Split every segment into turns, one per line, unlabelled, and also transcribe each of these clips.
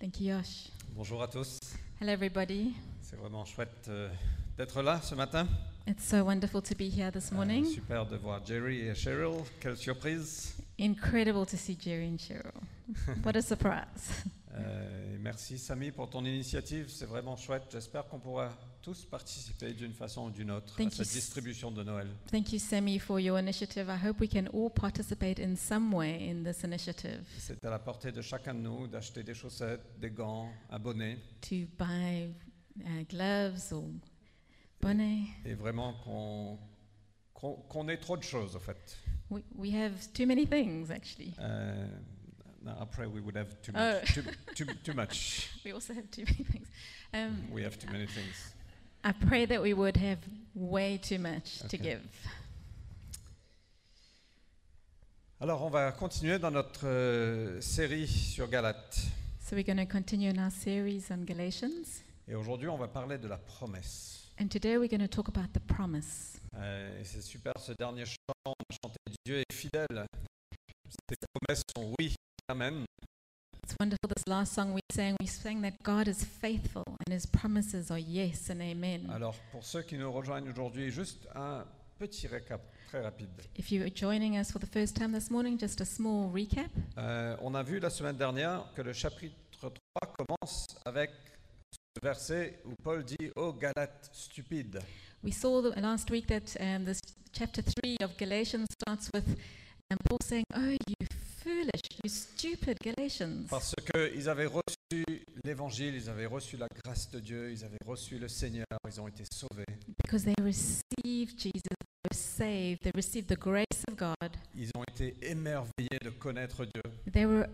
Thank you, Yosh.
Bonjour à tous.
Hello, everybody.
C'est vraiment chouette euh, d'être là ce matin.
It's so wonderful to be here this
Euh,
morning.
super de voir Jerry et Cheryl. Quelle surprise.
Incredible to see Jerry and Cheryl. what a surprise.
Euh, et merci Samy pour ton initiative. C'est vraiment chouette. J'espère qu'on pourra tous participer d'une façon ou d'une autre
Thank
à
you.
cette distribution de Noël.
Thank you, Semi, for your initiative. I hope we can all participate in some way in this initiative
C'est à la portée de chacun de nous d'acheter des chaussettes, des gants, un bonnet
to buy uh, gloves or bonnet.
et vraiment qu'on qu'on- qu'on ait trop de choses en fait.
We, we have too many things, actually.
Euh, no, après, we would have too
Oh.
much. Too, too- too much.
We also have too many things. Um,
We have too many things.
I pray that we would have way too much to
Okay.
give.
Alors, on va continuer dans notre euh, série sur Galate.
So we're going to continue in our series on Galatians.
Et aujourd'hui, on va parler de la promesse.
And today we're going to talk about the promise.
Euh, et c'est super ce dernier chant, on a chanté Dieu est fidèle. Ses promesses sont oui, amen.
It's wonderful. This last song we sang, we sang that God is faithful and his promises are yes and amen.
Alors, pour ceux qui nous rejoignent aujourd'hui, juste un petit récap très rapide.
If you are joining us for the first time this morning, just a small recap.
Euh, on a vu la semaine dernière que le chapitre 3 commence avec ce verset où Paul dit Ô Galate stupide.
We saw the, last week that um, this chapter 3 of Galatians starts with um, Paul saying, Oh, you foolish, you stupid Galatians.
Parce qu'ils avaient reçu l'évangile, ils avaient reçu la grâce de Dieu, ils avaient reçu le Seigneur, ils ont été sauvés.
Because they received Jesus, they were saved, they received the grace of God.
Ils ont été émerveillés de connaître Dieu.
They were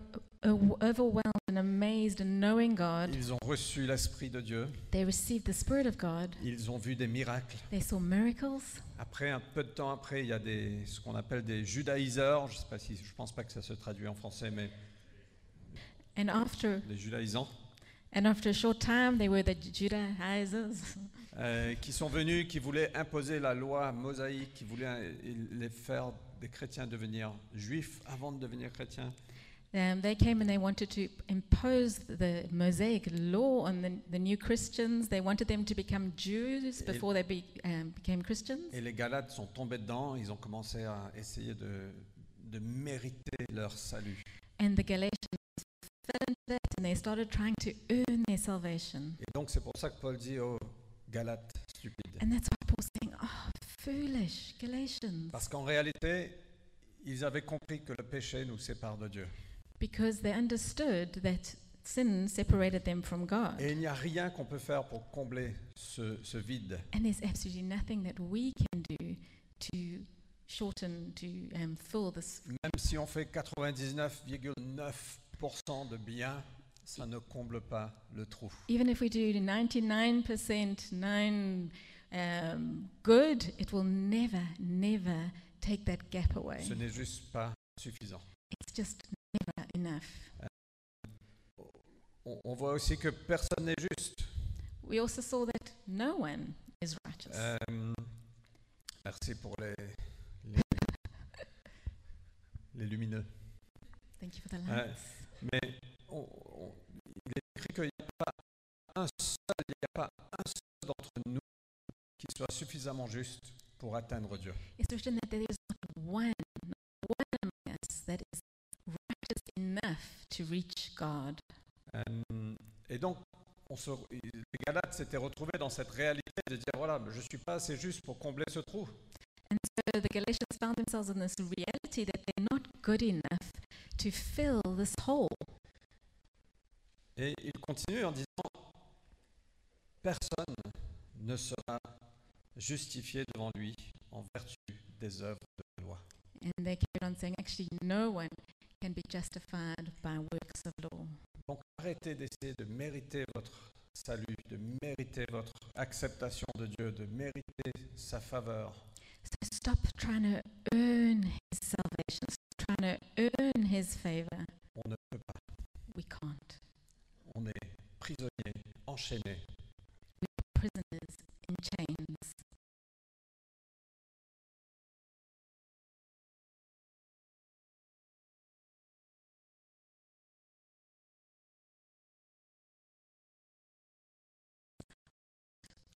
o- overwhelmed and amazed in knowing God.
Ils ont reçu l'Esprit de Dieu.
They received the Spirit of God.
Ils ont vu des miracles.
They saw miracles.
Après, un peu de temps après, il y a des, ce qu'on appelle des judaïseurs. Je sais pas si, je pense pas que ça se traduit en français, mais
And after
des judaïsants.
and after a short time, they were the Judaizers.
euh, qui sont venus, qui voulaient imposer la loi mosaïque, qui voulaient euh, les faire des chrétiens devenir juifs avant de devenir chrétiens.
Um, they came and they wanted to impose the Mosaic law on the, the new Christians. They wanted them to become Jews
Et-
before they be, um, became Christians.
Et les Galates sont tombés dedans, ils ont commencé à essayer de, de mériter leur salut.
And the Galatians fell into that and they started trying to earn their salvation.
Et donc c'est pour ça que Paul dit aux Galates stupides.
And that's why Paul's saying, oh, foolish Galatians.
Parce qu'en réalité, ils avaient compris que le péché nous sépare de Dieu.
Because they understood that sin separated them from God.
Et il n'y a rien qu'on peut faire pour combler ce, ce vide.
And there's absolutely nothing that we can do to shorten, to um, fill this.
Même si on fait 99,9% de bien, ça ne comble pas le trou.
Even if we do 99% nine um, good, it will never, never take that gap away.
Ce n'est juste pas suffisant.
It's just never enough.
On, on voit aussi que personne n'est juste.
We also saw that no one is righteous.
Euh, merci pour les, les, les lumineux.
Thank you for the
euh,
lights.
Mais on- on- il est écrit qu'il n'y a pas un seul, il n'y a pas un seul d'entre nous qui soit suffisamment juste pour atteindre Dieu.
It's written that there is not one, not one among us that is righteous enough to reach God.
Euh, et donc, on se, les Galates s'étaient retrouvés dans cette réalité de dire voilà, mais je ne suis pas assez juste pour combler ce trou.
And so the Galatians found themselves in this reality that they're not good enough to fill this hole.
Et il continue en disant Personne ne sera justifié devant lui en vertu des œuvres de la loi.
And they kept on saying, actually, no one can be justified by works of law.
Donc arrêtez d'essayer de mériter votre salut, de mériter votre acceptation de Dieu, de mériter sa faveur.
So stop trying to earn his salvation, stop trying to earn his favor.
On ne peut pas.
We can't.
On est prisonnier, enchaîné.
Prisoners in chains.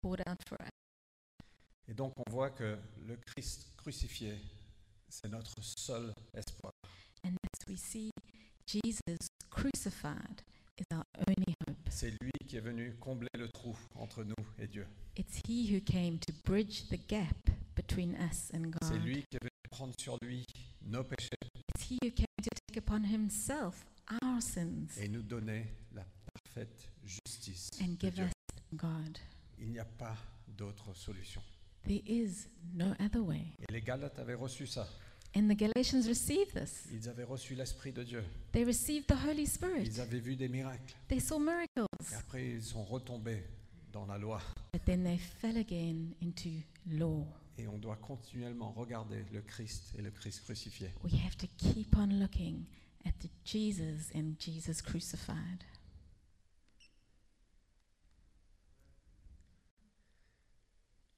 poured out for us.
Et donc on voit que le Christ crucifié, c'est notre seul espoir.
And as we see Jesus crucified is our only hope.
C'est lui qui est venu combler le trou entre nous et Dieu.
It's He who came to bridge the gap between us and
C'est
God.
lui qui est venu prendre sur lui nos péchés
It's He who came to take upon Himself our sins
et nous donner la parfaite justice.
and
de
give
Dieu.
us God.
Il n'y a pas d'autre solution.
There is no other way.
Et les Galates avaient reçu ça.
And the Galatians received this.
Ils avaient reçu l'Esprit de Dieu.
They received the Holy Spirit.
Ils avaient vu des miracles.
They saw miracles.
Et après, ils sont retombés dans la loi.
But then they fell again into law.
Et on doit continuellement regarder le Christ et le Christ crucifié.
We have to keep on looking at the Jesus and Jesus crucified.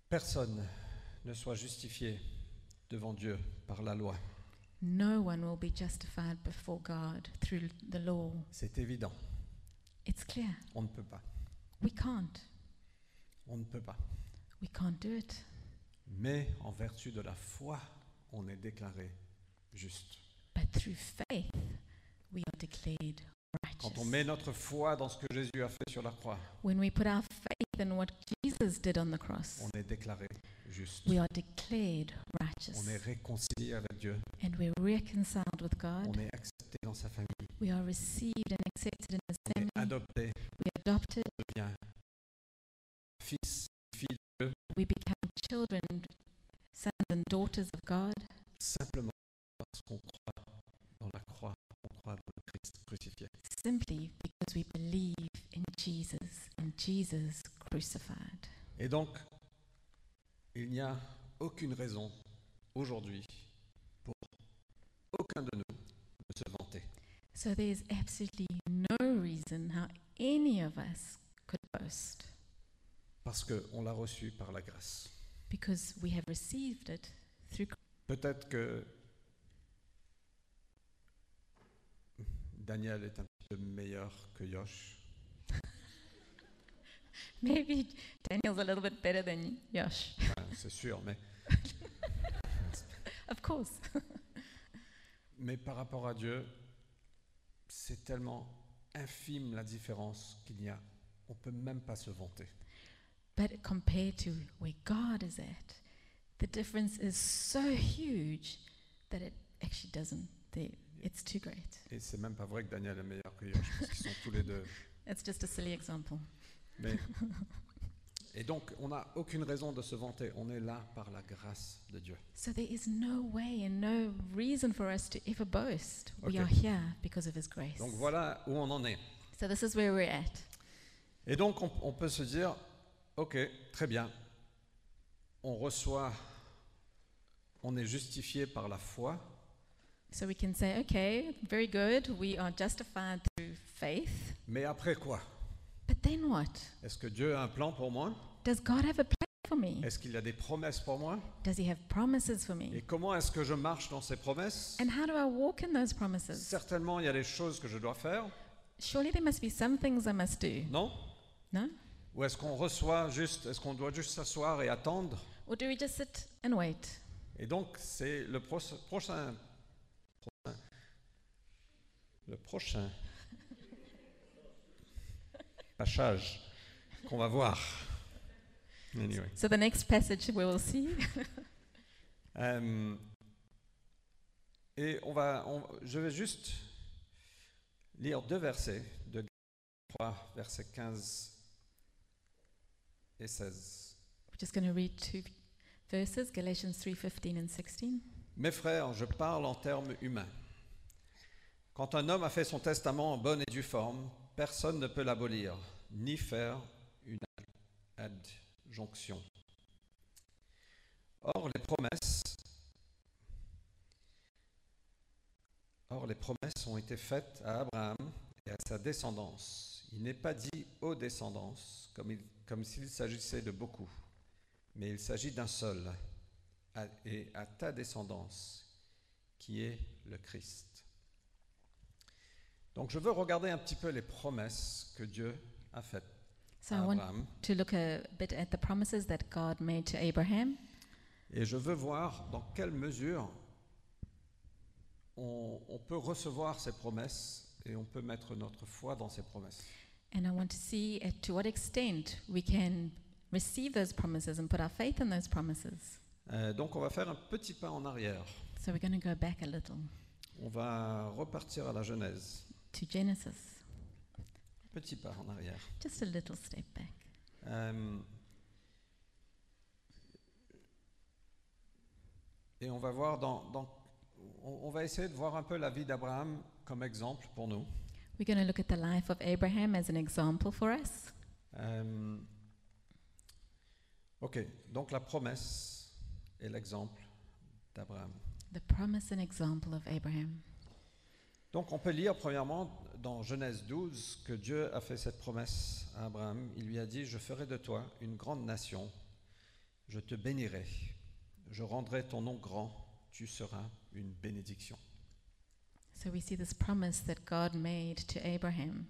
Personne ne soit justifié devant Dieu par la loi.
No one will be justified before God through the law.
C'est évident.
It's clear.
On ne peut pas.
We can't.
On ne peut pas.
We can't do it.
Mais en vertu de la foi, on est déclaré juste.
But through faith, we are declared
Quand on
righteous.
met notre foi dans ce que Jésus a fait sur la croix,
When we put our faith in what Jesus did on the cross,
on est déclaré juste.
we are declared
On
righteous
est réconcilié avec Dieu.
and we're reconciled with
On
God.
est accepté dans sa famille.
We are received and accepted in His
On est
family.
adopté.
We are adopted.
On devient fils, fille de Dieu,
We become children, sons and daughters of God
simplement parce qu'on croit dans la croix. On croit dans le Christ crucifié.
simply because we believe in Jesus and Jesus crucified.
Et donc, il n'y a aucune raison aujourd'hui pour aucun de nous de se vanter.
So there is absolutely no reason how any of us could boast
Parce qu'on l'a reçu par la grâce.
because we have received it through.
Peut-être que Daniel est un petit peu meilleur que Yosh.
Maybe Daniel's a little bit better than Yosh.
Enfin, c'est sûr, mais,
Of course.
mais par rapport à Dieu, c'est tellement infime la différence qu'il n'y a, on peut même pas se vanter.
But compared to where God is at, the difference is so huge that it actually doesn't. There, it's too great.
Et c'est même pas vrai que Daniel est meilleur que Yosh, parce qu'ils sont tous les deux.
It's just a silly example.
mais- Et donc, on n'a aucune raison de se vanter. On est là par la grâce de Dieu.
So there is no way and no reason for us to ever boast. We
Okay.
are here because of His grace.
Donc voilà où on en est.
So this is where we're at.
Et donc, on, on peut se dire, ok, très bien, on reçoit, on est justifié par la foi,
So we can say, okay, very good. We are justified through faith.
mais après quoi
But then what?
Est-ce que Dieu a un plan pour moi
Does God have a plan for me?
Est-ce qu'il a des promesses pour moi
Does He have promises for
Et
me?
comment est-ce que je marche dans ces promesses
And how do I walk in those promises?
Certainement, il y a des choses que je dois faire,
Surely there must be some things I must do,
non
no?
Ou est-ce qu'on reçoit juste, est-ce qu'on doit juste s'asseoir et attendre
Or do we just sit and wait?
Et donc, c'est le proce- prochain, prochain- le prochain passage qu'on va voir. Anyway.
So the next passage we will see,
Euh, et on va, on- je vais juste lire deux versets de Galates 3, versets 15 et 16.
we're just going to read two verses, Galatians 3:15 and 16.
Mes frères, je parle en termes humains. Quand un homme a fait son testament en bonne et due forme, personne ne peut l'abolir, ni faire une adjonction. Or les promesses Or les promesses ont été faites à Abraham et à sa descendance. Il n'est pas dit aux descendances comme il- comme s'il s'agissait de beaucoup, mais il s'agit d'un seul, à- et à ta descendance, qui est le Christ. Donc je veux regarder un petit peu les promesses que Dieu a faites
So
à
I want
Abraham.
to look a bit at the promises that God made to Abraham.
Et je veux voir dans quelle mesure on, on peut recevoir ces promesses et on peut mettre notre foi dans ces promesses.
And I want to see at to what extent we can receive those promises and put our faith in those promises.
Euh, donc on va faire un petit pas en arrière.
So we're going to go back a little
On va repartir à la Genèse.
to Genesis,
Petit pas en arrière.
just a little step back.
Euh, et on va voir dans, dans- on, on va essayer de voir un peu la vie d'Abraham comme exemple pour nous.
We're going to look at the life of Abraham as an example for us.
Euh, ok, donc la promesse et l'exemple d'Abraham.
The promise and example of Abraham.
Donc on peut lire premièrement dans Genèse 12 que Dieu a fait cette promesse à Abraham. Il lui a dit, je ferai de toi une grande nation, je te bénirai, je rendrai ton nom grand, tu seras une bénédiction.
So we see this promise that God made to Abraham.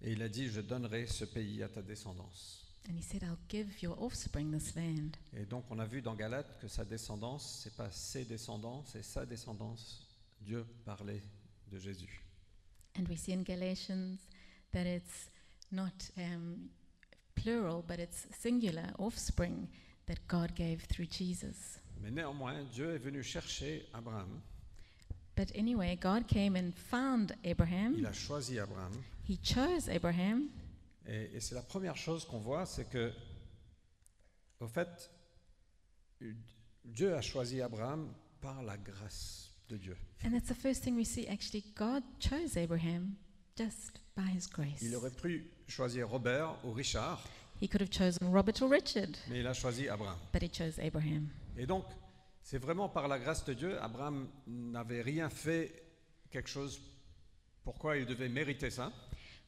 Et il a dit, je donnerai ce pays à ta descendance.
And he said, I'll give your offspring this land.
Et donc on a vu dans Galate que sa descendance, c'est pas ses descendants, c'est sa descendance. Dieu parlait de Jésus.
And we see in Galatians that it's not um, plural, but it's singular offspring that God gave through Jesus.
Mais néanmoins, Dieu est venu chercher Abraham.
But anyway, God came and found
Il
Abraham.
a choisi Abraham.
He chose Abraham.
Et, et c'est la première chose qu'on voit, c'est que, au fait, Dieu a choisi Abraham par la grâce de Dieu.
And that's the first thing we see actually. God chose Abraham just by his grace.
Il aurait pu choisir Robert ou Richard,
He could have chosen Robert or Richard,
mais il a choisi Abraham.
but he chose Abraham.
Et donc, c'est vraiment par la grâce de Dieu, Abraham n'avait rien fait, quelque chose, pourquoi il devait mériter ça.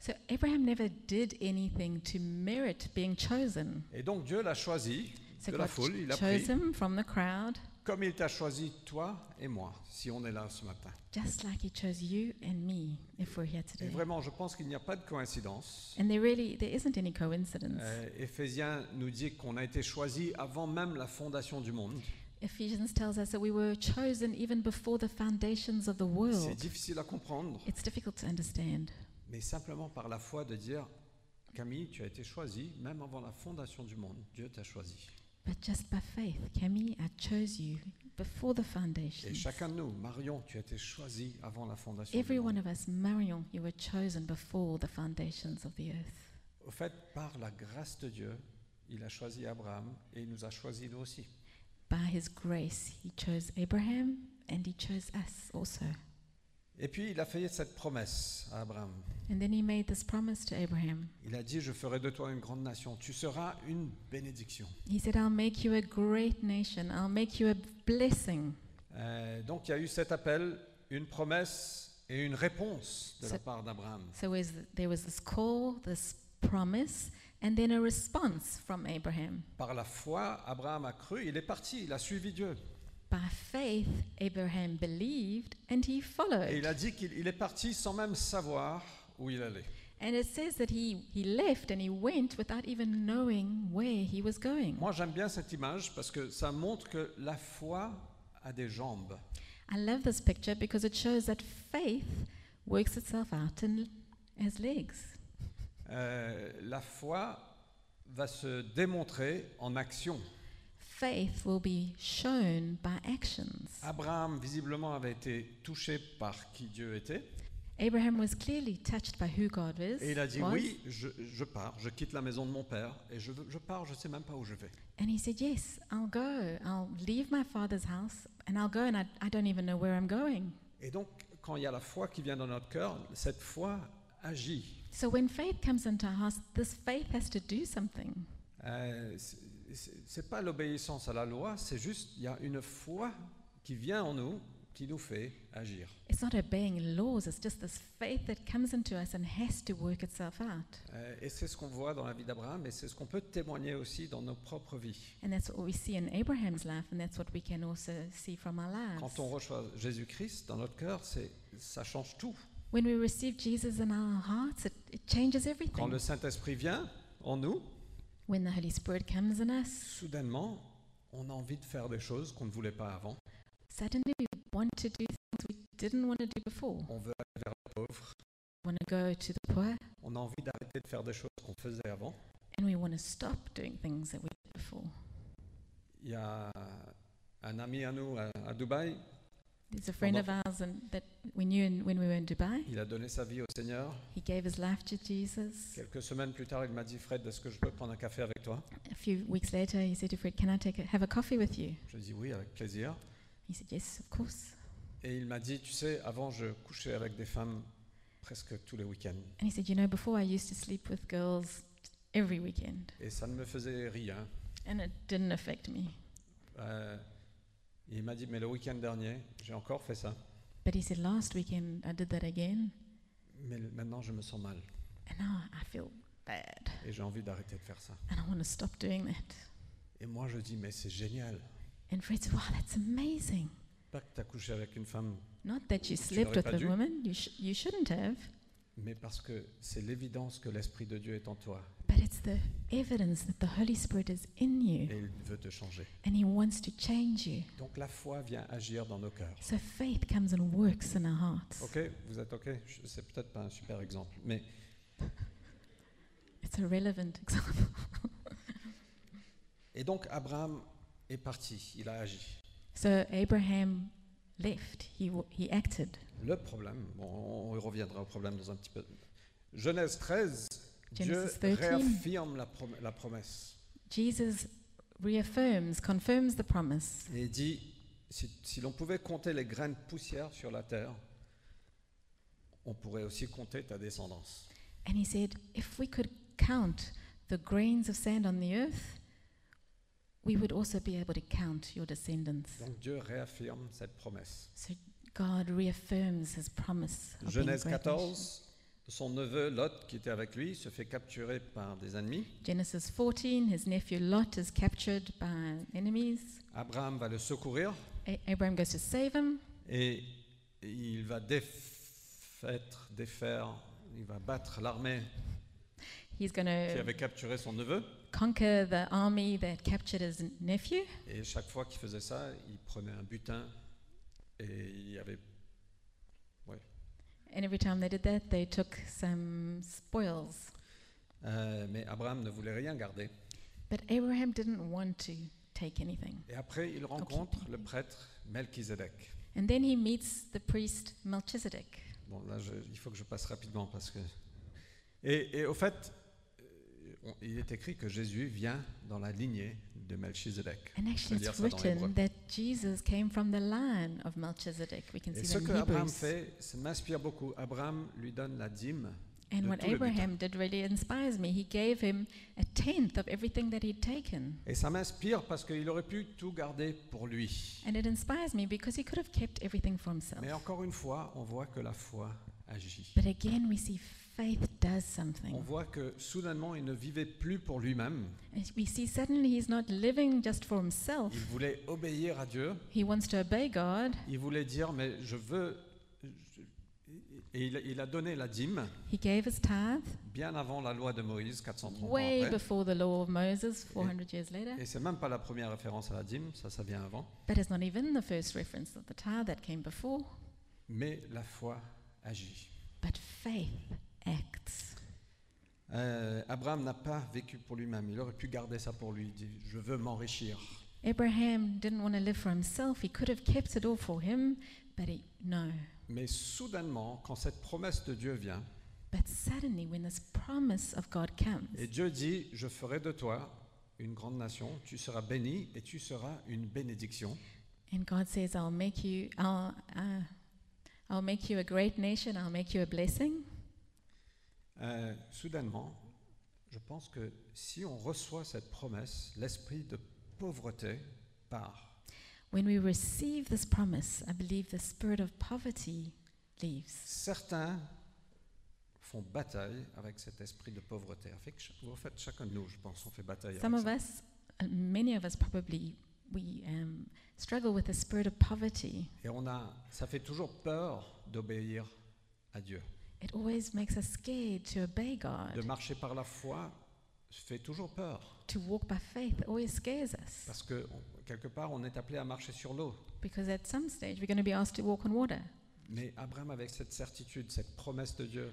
So Abraham never did anything to merit being chosen.
Et donc Dieu l'a choisi
So
de la
God
foule, il l'a
chose
pris,
him from the crowd,
comme il t'a choisi toi et moi, si on est là ce matin.
just like he chose you and me if we're here
Et
today.
vraiment, je pense qu'il n'y a pas de coïncidence.
And there really there isn't any coincidence.
Euh, Éphésiens nous dit qu'on a été choisi avant même la fondation du monde.
Ephesians tells us that we were chosen even before the foundations of the
C'est
world.
difficile à comprendre,
It's difficult to understand.
mais simplement par la foi de dire, Camille, tu as été choisi même avant la fondation du monde. Dieu t'a choisi.
But just by faith, Cami, I chose you before the
Et
foundation.
chacun de nous, Marion, tu as été choisi avant la fondation
Every
du
one
monde.
of us, Marion, you were chosen before the foundations of the earth.
Au fait, par la grâce de Dieu, il a choisi Abraham et il nous a choisi nous aussi.
By his grace, he chose Abraham and he chose us also.
Et puis, il a fait cette promesse à Abraham.
And then he made this promise to Abraham.
Il a dit, je ferai de toi une grande nation. Tu seras une bénédiction.
He said, I'll make you a great nation, I'll make you a blessing.
Euh, donc il y a eu cet appel, une promesse et une réponse de la
C'est-
part d'Abraham.
So is- there was this call, this promise, and then a response from Abraham.
Par la foi, Abraham a cru, il est parti, il a suivi Dieu.
By faith, Abraham believed and he followed.
Et il a dit qu'il il est parti sans même savoir où il allait.
And it says that he, he left and he went without even knowing where he was going.
Moi j'aime bien cette image parce que ça montre que la foi a des jambes.
I love this picture because it shows that faith works itself out in, as legs.
Euh, la foi va se démontrer en action.
Faith will be shown by actions.
Abraham visiblement avait été touché par qui Dieu était
Abraham was clearly touched by who God is.
et il a dit
was,
oui, je, je pars, je quitte la maison de mon père et je, veux- je pars, je ne sais même pas où je vais.
And he said, Yes, I'll go. I'll leave my father's house and I'll go, and I, I don't even know where I'm going.
Et donc, quand il y a la foi qui vient dans notre cœur, cette foi agit.
So when faith comes into our house, this faith has to do something.
Euh, c'est- c'est c'est pas l'obéissance à la loi, c'est juste il y a une foi qui vient en nous, qui nous fait agir.
It's not obeying laws, it's just this faith that comes into us and has to work itself out.
Euh, et c'est ce qu'on voit dans la vie d'Abraham, et c'est ce qu'on peut témoigner aussi dans nos propres vies.
And that's what we see in Abraham's life, and that's what we can also see from our lives.
Quand on reçoit Jésus-Christ dans notre cœur, c'est ça change tout.
When we receive Jesus in our hearts, it, it changes
Quand
everything.
le Saint-Esprit vient en nous,
When the Holy Spirit comes in us,
soudainement, on a envie de faire des choses qu'on ne voulait pas avant.
suddenly we want to do things we didn't want to do before.
On veut aller vers les pauvres.
We want to go to the poor,
On a envie d'arrêter de faire des choses qu'on faisait avant.
and we want to stop doing things that we did before.
Il y a un ami à nous à, à Dubaï,
There's a friend
Well,
of ours and that we knew in, when we were in Dubai.
il a donné sa vie au Seigneur.
He gave his life to Jesus.
Quelques semaines plus tard, il m'a dit Fred, est-ce que je peux prendre un café avec toi
A few weeks later, he said to Fred, "Can I take a, have a coffee with you?"
Je lui ai dit oui, avec plaisir.
He said, "Yes, of course."
Et il m'a dit, tu sais, avant je couchais avec des femmes presque tous les week-ends.
And he said, "You know, before I used to sleep with girls every weekend,
Et ça ne me faisait rien.
and it didn't affect me."
Euh, il m'a dit, mais le week-end dernier, j'ai encore fait ça.
But he said, "Last weekend, I did that again,
Mais le- maintenant, je me sens mal
and now I feel bad,
et j'ai envie d'arrêter de faire ça.
and I want to stop doing that."
Et moi, je dis, mais c'est génial.
And Fred said, "Wow, that's amazing."
Pas que tu as couché avec une femme,
Not that you
Tu
slept
l'aurais
with
pas
a
dû.
woman, you, sh- you shouldn't have,
mais parce que c'est l'évidence que l'Esprit de Dieu est en toi
but it's the evidence that the Holy Spirit is in you.
et il veut te changer.
and he wants to change you.
Donc la foi vient agir dans nos cœurs.
So faith comes and works in our hearts.
Ok, vous êtes ok Je- C'est peut-être pas un super exemple, mais
It's a relevant example.
et donc Abraham est parti, il a agi.
So Abraham left. He wa- he acted.
Le problème, bon, on reviendra au problème dans un petit peu. Genèse 13,
Genesis
Dieu
13.
réaffirme la, prom- la promesse
Jesus reaffirms, confirms the promise.
et dit, si, si l'on pouvait compter les graines de poussière sur la terre, on pourrait aussi compter ta descendance.
And he said, if we could count the grains of sand on the earth, we would also be able to count your descendants.
Donc Dieu réaffirme cette promesse.
So God reaffirms his promise. Of being a
Genèse
great nation.
14, son neveu Lot, qui était avec lui, se fait capturer par des ennemis.
Genesis 14, his nephew Lot is captured by enemies.
Abraham va le secourir
A- Abraham goes to save him,
et il va défaître, défaire, il va battre l'armée
he's going
qui
to
avait capturé son neveu.
conquer the army that captured his nephew.
Et chaque fois qu'il faisait ça, il prenait un butin et il y avait
And every time they did that, they took some spoils.
Euh, mais Abraham ne voulait rien garder.
But Abraham didn't want to take anything.
Et après, il rencontre le prêtre Melchizedek.
And then he meets the priest Melchizedek.
Bon, là, je- il faut que je passe rapidement parce que. Et, et au fait, euh, on- il est écrit que Jésus vient dans la lignée de Melchizedek.
And actually,
Lire
it's
ça dans l'hébreu.
written that Jesus came from the line of Melchizedek. We can
Et
see
ce
that
que
in
Abraham
Hebrews.
fait, ça m'inspire beaucoup. Abraham lui donne la dîme. de
And what
tout le butin.
Abraham did really inspires me. He gave him a tenth of everything that he'd taken.
Et ça m'inspire parce qu'il aurait pu tout garder pour lui.
And it inspires me because he could have kept everything for himself.
Mais encore une fois, on voit que la foi agit.
But again, we see faith does
On
something.
voit que soudainement, il ne vivait plus pour lui-même.
And we see suddenly he's not living just for himself.
Il voulait obéir à Dieu.
He wants to obey God.
Il voulait dire, mais je veux... je- Et il, il a donné la dîme,
He gave his tithe
bien avant la loi de Moïse, 430
way
ans après.
before the law of Moses, 400 years later.
Et c'est même pas la première référence à la dîme, ça, ça vient avant.
That is not even the first reference of the tithe that came before.
Mais la foi agit.
But faith acts.
Euh, Abraham n'a pas vécu pour lui-même, il aurait pu garder ça pour lui, il dit, je veux m'enrichir.
Abraham didn't want to live for himself. He could have kept it all for him, but he, no.
Mais soudainement, quand cette promesse de Dieu vient,
But suddenly, when this promise of God comes,
et Dieu dit, je ferai de toi une grande nation, tu seras béni et tu seras une bénédiction.
And God says, "I'll make you, I'll, uh, I'll make you a great nation. I'll make you a blessing."
Euh, soudainement, je pense que si on reçoit cette promesse, l'esprit de pauvreté part.
When we receive this promise, I believe the spirit of poverty leaves.
Certains font bataille avec cet esprit de pauvreté. Avec ch- en fait, chacun de nous, je pense, on fait bataille
Some
avec
of
ça.
us, uh, many of us, probably we um, struggle with the spirit of poverty,
Et on a, ça fait toujours peur d'obéir à Dieu.
It always makes us scared to obey
De
God.
marcher par la foi fait toujours peur.
To walk by faith always scares us
Parce que on- quelque part, on est appelé à marcher sur l'eau.
because at some stage we're going to be asked to walk on water.
Mais Abraham, avec cette certitude, cette promesse de Dieu,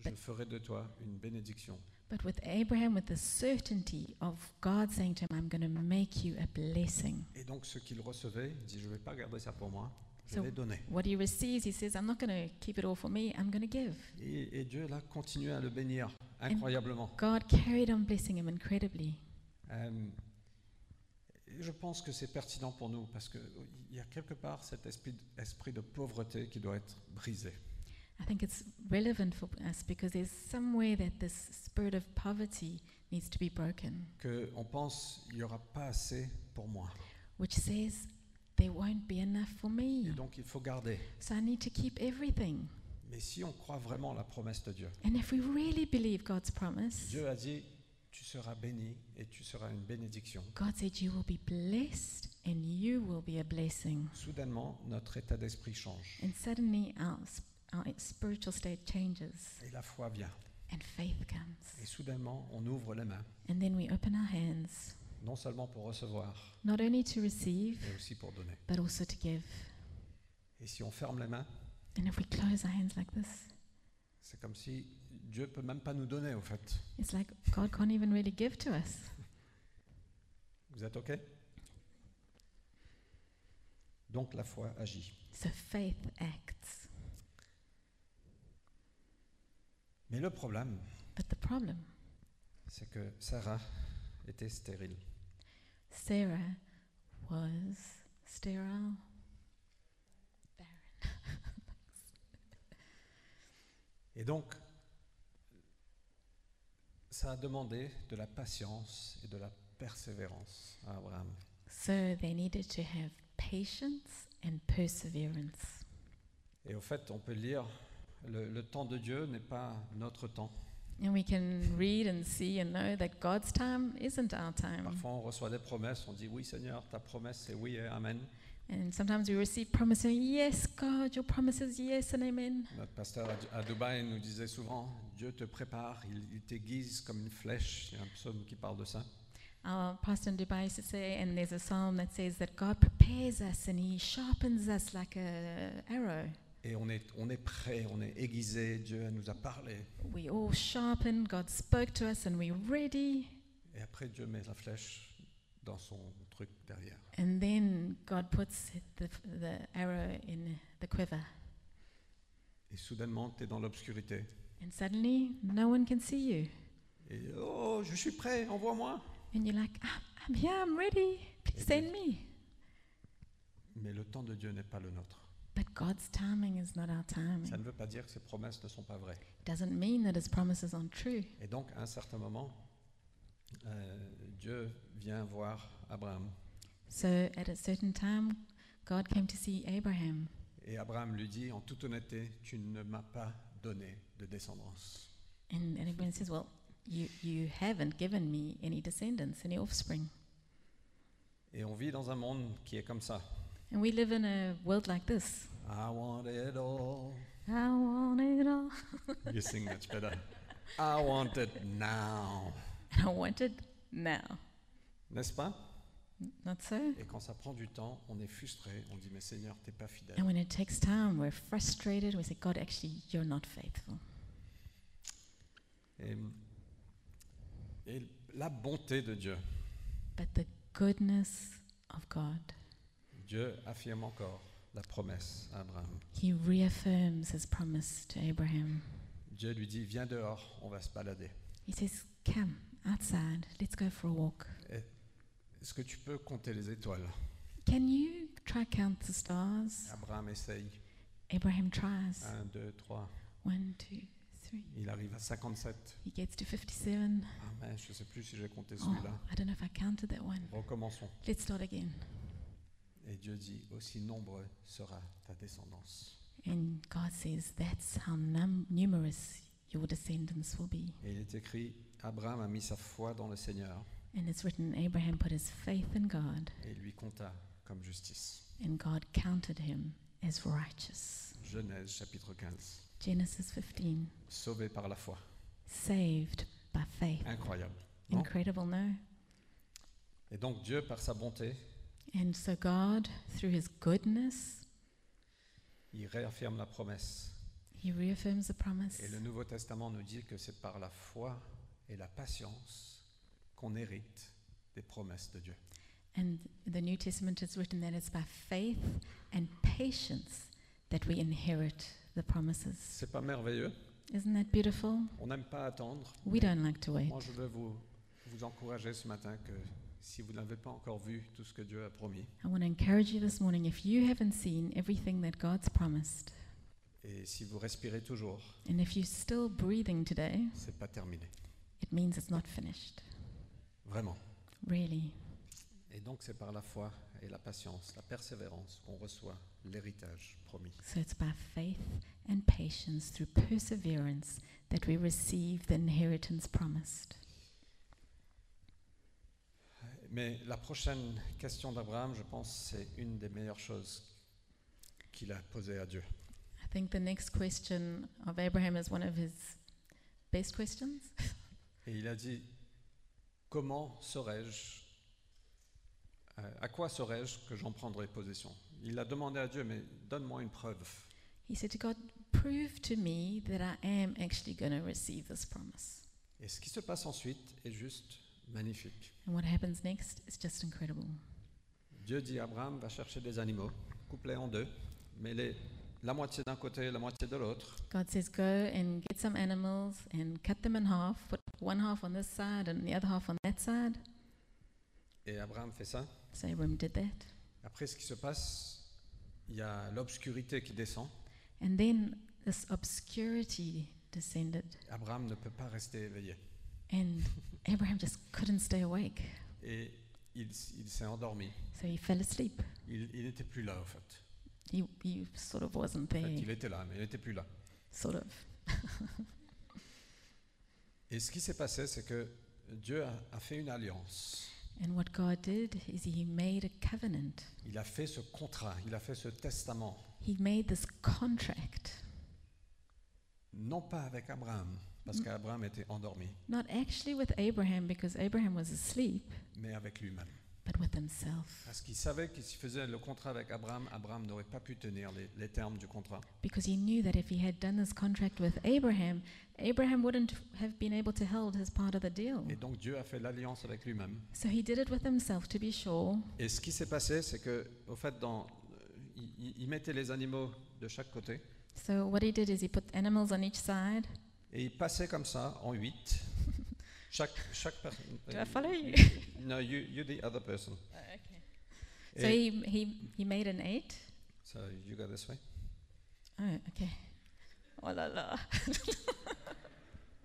je ferai de toi une bénédiction.
But with Abraham, with the certainty of God saying to him, I'm going to make you a blessing.
Et donc, ce qu'il recevait, il dit, je ne vais pas garder ça pour moi, je
So-
l'ai donné.
What he receives, he says, I'm not going to keep it all for me, I'm going to give.
Et, et Dieu, là, continue à le bénir incroyablement.
God carried on blessing him incredibly.
Euh, et je pense que c'est pertinent pour nous, parce qu'il y a quelque part cet esprit, esprit de pauvreté qui doit être brisé.
I think it's relevant for us because there's some way that this spirit of poverty needs to be broken,
Que on pense, il n'y aura pas assez pour moi.
which says, there won't be enough for
Et
me.
donc, il faut garder.
So I need to keep everything.
Mais si on croit vraiment la promesse de Dieu,
And if we really believe God's promise,
Dieu a dit, tu seras béni et tu seras une bénédiction.
God said, You will be blessed and you will be a blessing.
Soudainement, notre état d'esprit change
And suddenly our, s- our spiritual state changes
et la foi vient.
and faith
Et
comes.
soudainement, on ouvre les mains,
And then we open our hands,
non seulement pour recevoir,
not only to receive,
mais aussi pour donner.
but also to give.
Et si on ferme les mains,
And if we close our hands like this,
c'est comme si Dieu peut même pas nous donner, au fait.
It's like God can't even really give to us.
Vous êtes OK Donc la foi agit.
So faith acts.
Mais le problème,
But the problem,
c'est que Sarah était stérile.
Sarah was sterile, barren.
Et donc, ça a demandé de la patience et de la persévérance à Abraham.
So they needed to have patience and perseverance.
Et au fait, on peut lire, le, le temps de Dieu n'est pas notre temps.
And we can read and see and know that God's time isn't our time.
Parfois, on reçoit des promesses, on dit oui Seigneur, ta promesse c'est oui et amen.
And sometimes we receive promises, yes, God, your promises, yes and amen.
Notre pasteur à Du- à Dubaï nous disait souvent, Dieu te prépare, il, il t'aiguise comme une flèche. Il y a un psaume qui parle de ça.
Our pastor in Dubai used to say, and there's a psalm that says that God prepares us and He sharpens us like a arrow.
Et on est, on est prêt, on est aiguisé, Dieu nous a parlé.
We all sharpen. God spoke to us, and we're ready.
Et après, Dieu met la flèche dans son truc derrière.
And then God puts the, the arrow in the quiver,
Et soudainement, tu es dans l'obscurité.
and suddenly no one can see you.
Et oh, je suis prêt, envoie-moi.
And you're like, I'm, I'm here. I'm ready. Please send me.
Mais le temps de Dieu n'est pas le nôtre.
But God's timing is not our timing.
Ça ne veut pas dire que ses promesses ne sont pas vraies.
It doesn't mean that His promises aren't true.
Et donc, à un certain moment, euh, Dieu vient voir Abraham.
So at a certain time, God came to see Abraham.
Et Abraham lui dit, en toute honnêteté, tu ne m'as pas donné de descendance.
And, and everyone says, Well, you, you haven't given me any descendants, any offspring.
Et on vit dans un monde qui est comme ça.
And we live in a world like this.
I want it all.
I want it all.
You sing much better. I want it now.
And I want it now.
N'est-ce pas
N- Not so?
Et quand ça prend du temps, on est frustré. On dit, mais Seigneur, t'es pas
And
fidèle.
when it takes time, we're frustrated. We say, God, actually, you're not faithful.
Et, et la bonté de Dieu.
But the goodness of God,
Dieu affirme encore la promesse à Abraham.
He reaffirms His promise to Abraham.
Dieu lui dit, viens dehors, on va se balader.
He says, Come outside, let's go for a walk.
Est-ce que tu peux compter les étoiles
Can you try count the stars?
Abraham essaye.
Abraham tries.
1, 2, 3.
One, two, three.
Il arrive à 57.
He gets to 57.
Ah, mais je ne sais plus si j'ai compté
Oh,
celui-là.
I don't know if I counted that one.
Recommençons.
Let's start again.
Et Dieu dit, aussi nombreux sera ta descendance.
And God says, That's how num- numerous your descendants will be.
Et il est écrit, Abraham a mis sa foi dans le Seigneur
And it's written, Abraham put his faith in God,
et lui compta comme justice.
and God counted him as righteous.
Genèse chapitre 15.
Genesis 15.
sauvé par la foi.
Saved by faith.
Incroyable. non?
Incredible, no?
Et donc Dieu, par sa bonté,
And so God, through his goodness,
il réaffirme la promesse.
he reaffirms the promise.
Et le Nouveau Testament nous dit que c'est par la foi et la patience qu'on hérite des promesses de Dieu.
And the New Testament is written that it's by faith and patience that we inherit the promises.
C'est pas merveilleux
Isn't that beautiful?
On n'aime pas attendre.
We don't like to wait.
Moi, je veux vous, vous encourager ce matin que si vous n'avez pas encore vu tout ce que Dieu a promis,
I want to encourage you this morning if you haven't seen everything that God's promised,
et si vous respirez toujours,
and if you're still breathing today,
c'est pas terminé.
it means it's not finished.
Vraiment.
Really.
Et donc, c'est par la foi et la patience, la persévérance qu'on reçoit l'héritage promis.
So it's by faith and patience through perseverance that we receive the inheritance promised.
Mais la prochaine question d'Abraham, je pense, c'est une des meilleures choses qu'il a posées à Dieu.
I think the next question of Abraham is one of his best questions.
Et il a dit, comment serais-je, euh, à quoi serais-je que j'en prendrais possession Il a demandé à Dieu, mais donne-moi une preuve.
He said to God, Prove to me that I am actually going to receive this promise.
Et ce qui se passe ensuite est juste magnifique.
And what happens next is just incredible.
Dieu dit, Abraham va chercher des animaux, couplés en deux, mais les, la moitié d'un côté et la moitié de l'autre.
God says, Go and get some animals and cut them in half, put one half on this side and the other half on that side.
Et Abraham fait ça.
So Abram did that.
Après, ce qui se passe, il y a l'obscurité qui descend.
And then this obscurity descended,
Abraham ne peut pas rester éveillé.
and Abraham just couldn't stay awake.
Et il, s- il s'est endormi.
So he fell asleep.
Il il n'était plus là, en fait.
He, he sort of wasn't
En fait,
there,
il était là, mais il n'était plus là.
sort of.
Et ce qui s'est passé, c'est que Dieu a, a fait une alliance.
And what God did is he made a covenant.
Il a fait ce contrat, il a fait ce testament,
He made this contract,
non pas avec Abraham, parce qu'Abraham était endormi,
not actually with Abraham because Abraham was asleep,
mais avec lui-même.
but with himself.
Parce qu'il savait qu'il s'il faisait le contrat avec Abraham, Abraham n'aurait pas pu tenir les, les termes du contrat.
Because he knew that if he had done this contract with Abraham, Abraham wouldn't have been able to hold his part of the deal.
Et donc Dieu a fait l'alliance avec lui-même.
So he did it with himself to be sure,
Et ce qui s'est passé, c'est que, au fait, dans, il- il, il mettait les animaux de chaque côté
So what he did is he put animals on each side.
et il passait comme ça en huit. Chaque, chaque personne.
Do I follow you?
No, you, you the other person.
Oh, So
Et-
he, he he made an eight.
So you go this way.
Oh, okay. Oh la la.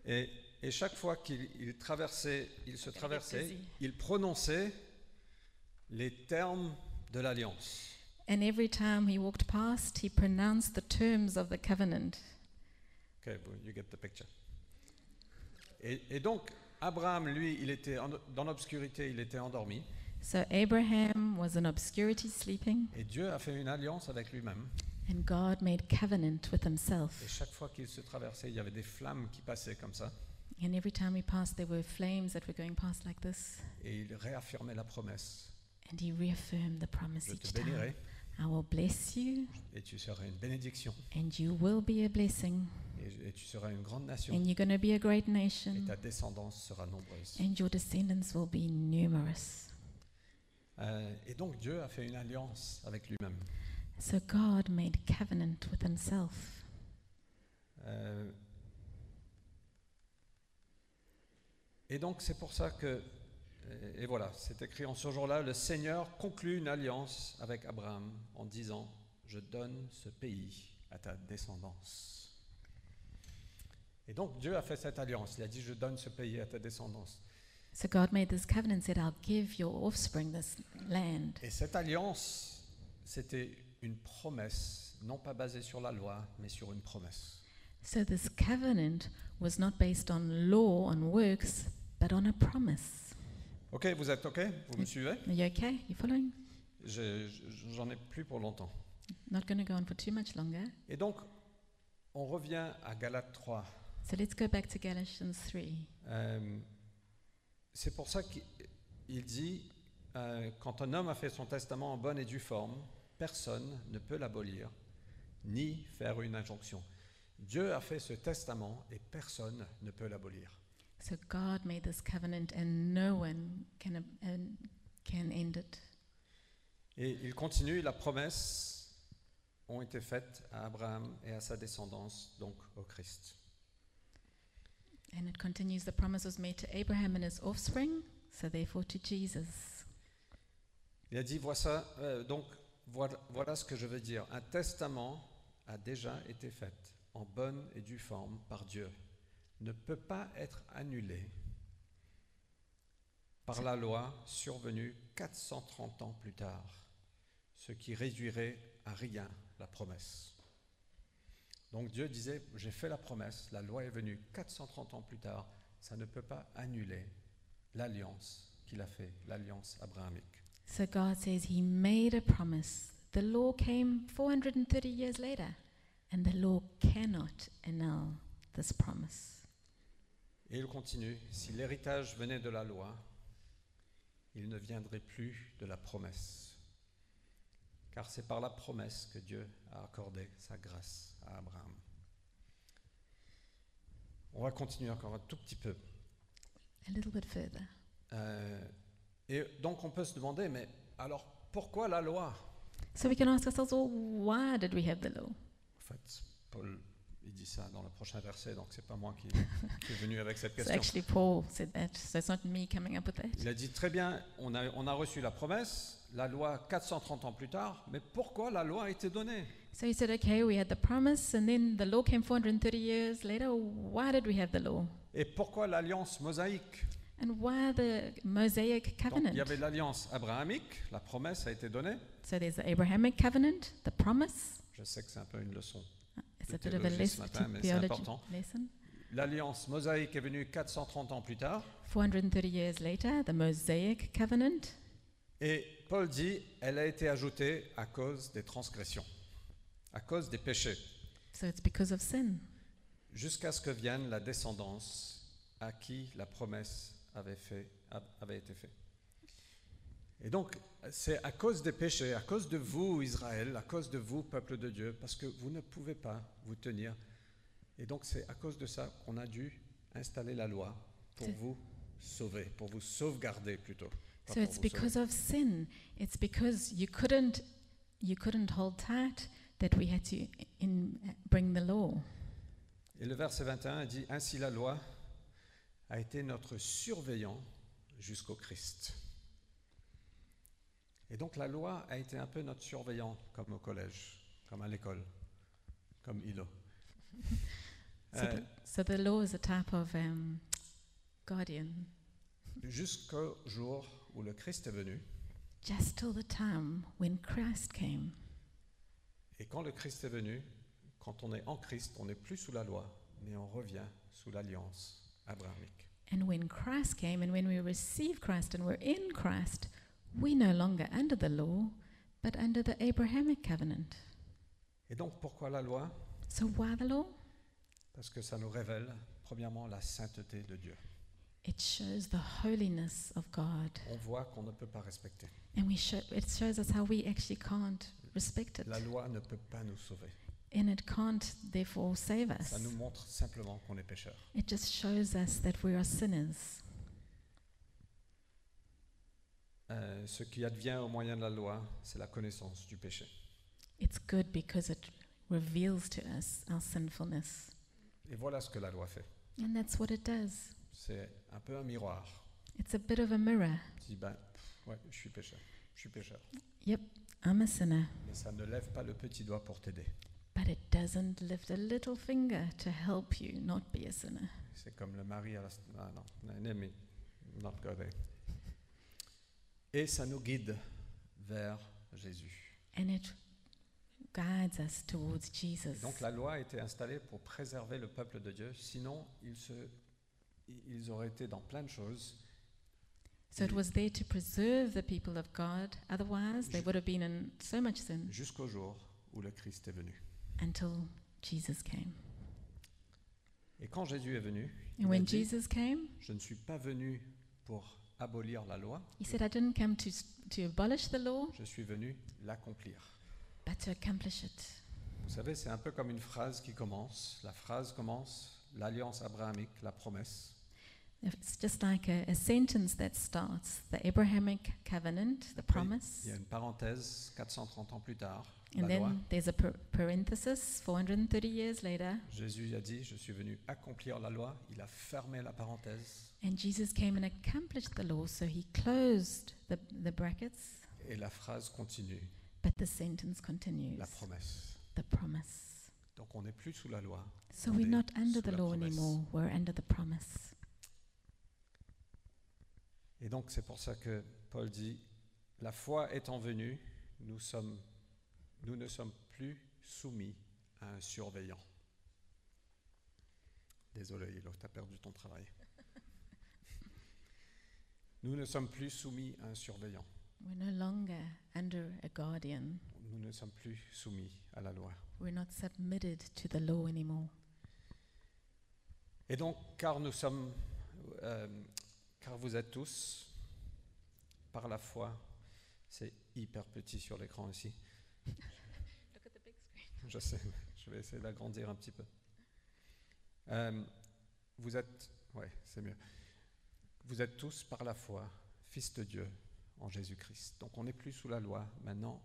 Et, et chaque fois qu'il il traversait, il se
I'm gonna get
traversait,
dizzy.
il prononçait les termes de l'alliance.
And every time he walked past, he pronounced the terms of the covenant.
Okay, well, you get the picture. Et, et donc, Abraham, lui, il était en- dans l'obscurité, il était endormi.
So Abraham was in obscurity sleeping,
Et Dieu a fait une alliance avec lui-même.
and God made covenant with
Et
himself.
chaque fois qu'il se traversait, il y avait des flammes qui passaient comme ça.
And every time he passed, there were flames that were going past like this.
Et il réaffirmait la promesse.
And he reaffirmed the promise
Je
each
te
time.
bénirai
I will bless you,
et tu seras une bénédiction.
and you will be a blessing,
Et, et tu seras une grande nation.
and you're going to be a great
Et
nation.
ta descendance sera nombreuse.
and your descendants will be numerous.
Euh, et donc Dieu a fait une alliance avec lui-même.
So God made covenant with himself.
Euh, et donc c'est pour ça que, euh, et, et voilà, c'est écrit en ce jour-là, le Seigneur conclut une alliance avec Abraham en disant, je donne ce pays à ta descendance. Et donc Dieu a fait cette alliance, il a dit, je donne ce pays à ta descendance.
So God made this covenant, said, I'll give your offspring this land.
Et cette alliance, c'était une promesse, non pas basée sur la loi, mais sur une promesse.
So this covenant was not based on law, on works, but on a promise.
Ok, vous êtes ok Vous me suivez
Are you okay? You following?
Je- je- J'en ai plus pour longtemps.
Not going to go on for too much longer.
Et donc, On revient à Galates 3.
So let's go back to Galatians 3.
Euh, c'est pour ça qu'il dit euh, quand un homme a fait son testament en bonne et due forme, personne ne peut l'abolir ni faire une injonction. Dieu a fait ce testament et personne ne peut l'abolir.
So God made this covenant and no one can, ab- and can end it.
Et il continue, la promesse ont été faites à Abraham et à sa descendance, donc au Christ.
And it continues the promise was made to Abraham and his offspring, so therefore to Jesus.
Il a dit, Voici- euh, donc voilà, voilà ce que je veux dire. Un testament a déjà été fait en bonne et due forme par Dieu. Ne peut pas être annulé par la loi survenue 430 ans plus tard, ce qui réduirait à rien la promesse. Donc Dieu disait, j'ai fait la promesse, la loi est venue 430 ans plus tard, ça ne peut pas annuler l'alliance qu'il a fait, l'alliance abrahamique.
So God says he made a promise. The law came 430 years later, and the law cannot annul this promise.
Et il continue, si l'héritage venait de la loi, il ne viendrait plus de la promesse, car c'est par la promesse que Dieu a accordé sa grâce à Abraham. On va continuer encore un tout petit peu.
A little bit further.
Euh, et donc on peut se demander, mais alors pourquoi la loi
So we can ask ourselves, well, why did we have the law?
En fait, Paul, il dit ça dans le prochain verset, donc c'est pas moi qui, qui est venu avec cette
So
question.
actually, Paul said that, so it's not me coming up with that.
Il a dit très bien, on a, on a reçu la promesse, la loi 430 ans plus tard, mais pourquoi la loi a été donnée
So he said, okay, we had the promise, and then the law came 430 years later. Why did we have the law?
Et pourquoi l'alliance mosaïque
And why the Mosaic
Donc, Il
covenant?
y avait l'alliance abrahamique, la promesse a été donnée.
So there's the Abrahamic covenant, the promise.
Je sais que c'est un peu une leçon.
It's
de
a bit of a
théologie ce
lesson,
matin, mais c'est
theology
important.
lesson.
L'alliance mosaïque est venue 430 ans plus tard,
430 years later, the Mosaic covenant.
et Paul dit, elle a été ajoutée à cause des transgressions, à cause des péchés,
So it's because of sin,
jusqu'à ce que vienne la descendance à qui la promesse avait, fait- avait été faite. Et donc, c'est à cause des péchés, à cause de vous, Israël, à cause de vous, peuple de Dieu, parce que vous ne pouvez pas vous tenir. Et donc, c'est à cause de ça qu'on a dû installer la loi pour
C'est-
vous sauver, pour vous sauvegarder plutôt.
So
pas pour
it's
vous
because
sauver.
of sin. It's because you couldn't you couldn't hold tight that we had to in, bring the law.
Et le verset 21 dit, Ainsi la loi a été notre surveillant jusqu'au Christ. Et donc la loi a été un peu notre surveillant, comme au collège, comme à l'école, comme Euh, Ilo.
So, the, so the law is a type of um, guardian.
jusqu'au jour où le Christ est venu.
Just till the time when Christ came.
Et quand le Christ est venu, quand on est en Christ, on n'est plus sous la loi, mais on revient sous l'alliance abrahamique.
And when Christ came and when we receive Christ and we're in Christ, we no longer under the law, but under the Abrahamic covenant.
Et donc pourquoi la loi
So why the law?
Parce que ça nous révèle, premièrement, la sainteté de Dieu.
It shows the holiness of God.
On voit qu'on ne peut pas respecter.
And we show, it shows us how we actually can't respect it.
La loi ne peut pas nous sauver.
And it can't therefore save us.
Ça nous montre simplement qu'on est pécheurs.
It just shows us that we are sinners.
Euh, ce qui advient au moyen de la loi, c'est la connaissance du péché.
It's good because it reveals to us our sinfulness.
Et voilà ce que la loi fait.
And that's what it does.
C'est un peu un miroir.
It's a bit of a mirror.
Tu dis, ben, pff, ouais, je suis pécheur. Je suis pécheur.
I'm a sinner,
Mais ça ne lève pas le petit doigt pour t'aider.
but it doesn't lift a little finger to help you not be a sinner.
C'est comme le mari à la... Ah non, an enemy, not God, eh. Et ça nous guide vers Jésus.
And it guides us towards Jesus.
Et donc la loi a été installée pour préserver le peuple de Dieu. Sinon, ils, se... ils auraient été dans plein de choses
So it was there to preserve the people of God. Otherwise, they
Je-
would have been in so much sin
jusqu'au jour où le Christ est venu.
until Jesus came.
Et quand Jésus est venu, il
And
a
when
dit,
Jesus came,
je ne suis pas venu pour abolir la loi,
he said, I didn't come to, s- to abolish the law,
je suis venu l'accomplir.
but to accomplish it.
Vous savez, c'est un peu comme une phrase qui commence. La phrase commence, l'alliance abrahamique, la promesse.
It's just like a, a sentence that starts the Abrahamic covenant, the promise,
Il y a une parenthèse, 430 ans plus tard, la
and
loi.
then there's a per- parenthesis 430 years later,
Jésus a dit, je suis venu accomplir la loi. Il a fermé la parenthèse.
and Jesus came and accomplished the law, so he closed the, the brackets,
Et la phrase continue,
but the sentence continues
la promesse.
the promise.
Donc on n'est plus sous la loi.
So
On
we're
est
not under
sous
the
la
law
promesse.
anymore, we're under the promise.
Et donc c'est pour ça que Paul dit, la foi étant venue, nous, sommes, nous ne sommes plus soumis à un surveillant. Désolé, Hilo, t'as perdu ton travail. Nous ne sommes plus soumis à un surveillant.
We're no longer under a guardian,
Nous ne sommes plus soumis à la loi.
we're not submitted to the law anymore.
Et donc, car nous sommes, euh, car vous êtes tous, par la foi, c'est hyper petit sur l'écran ici,
Look at the big screen.
je sais, je vais essayer d'agrandir un petit peu. Euh, vous êtes, ouais, c'est mieux. Vous êtes tous par la foi, fils de Dieu en Jésus-Christ. Donc on n'est plus sous la loi, maintenant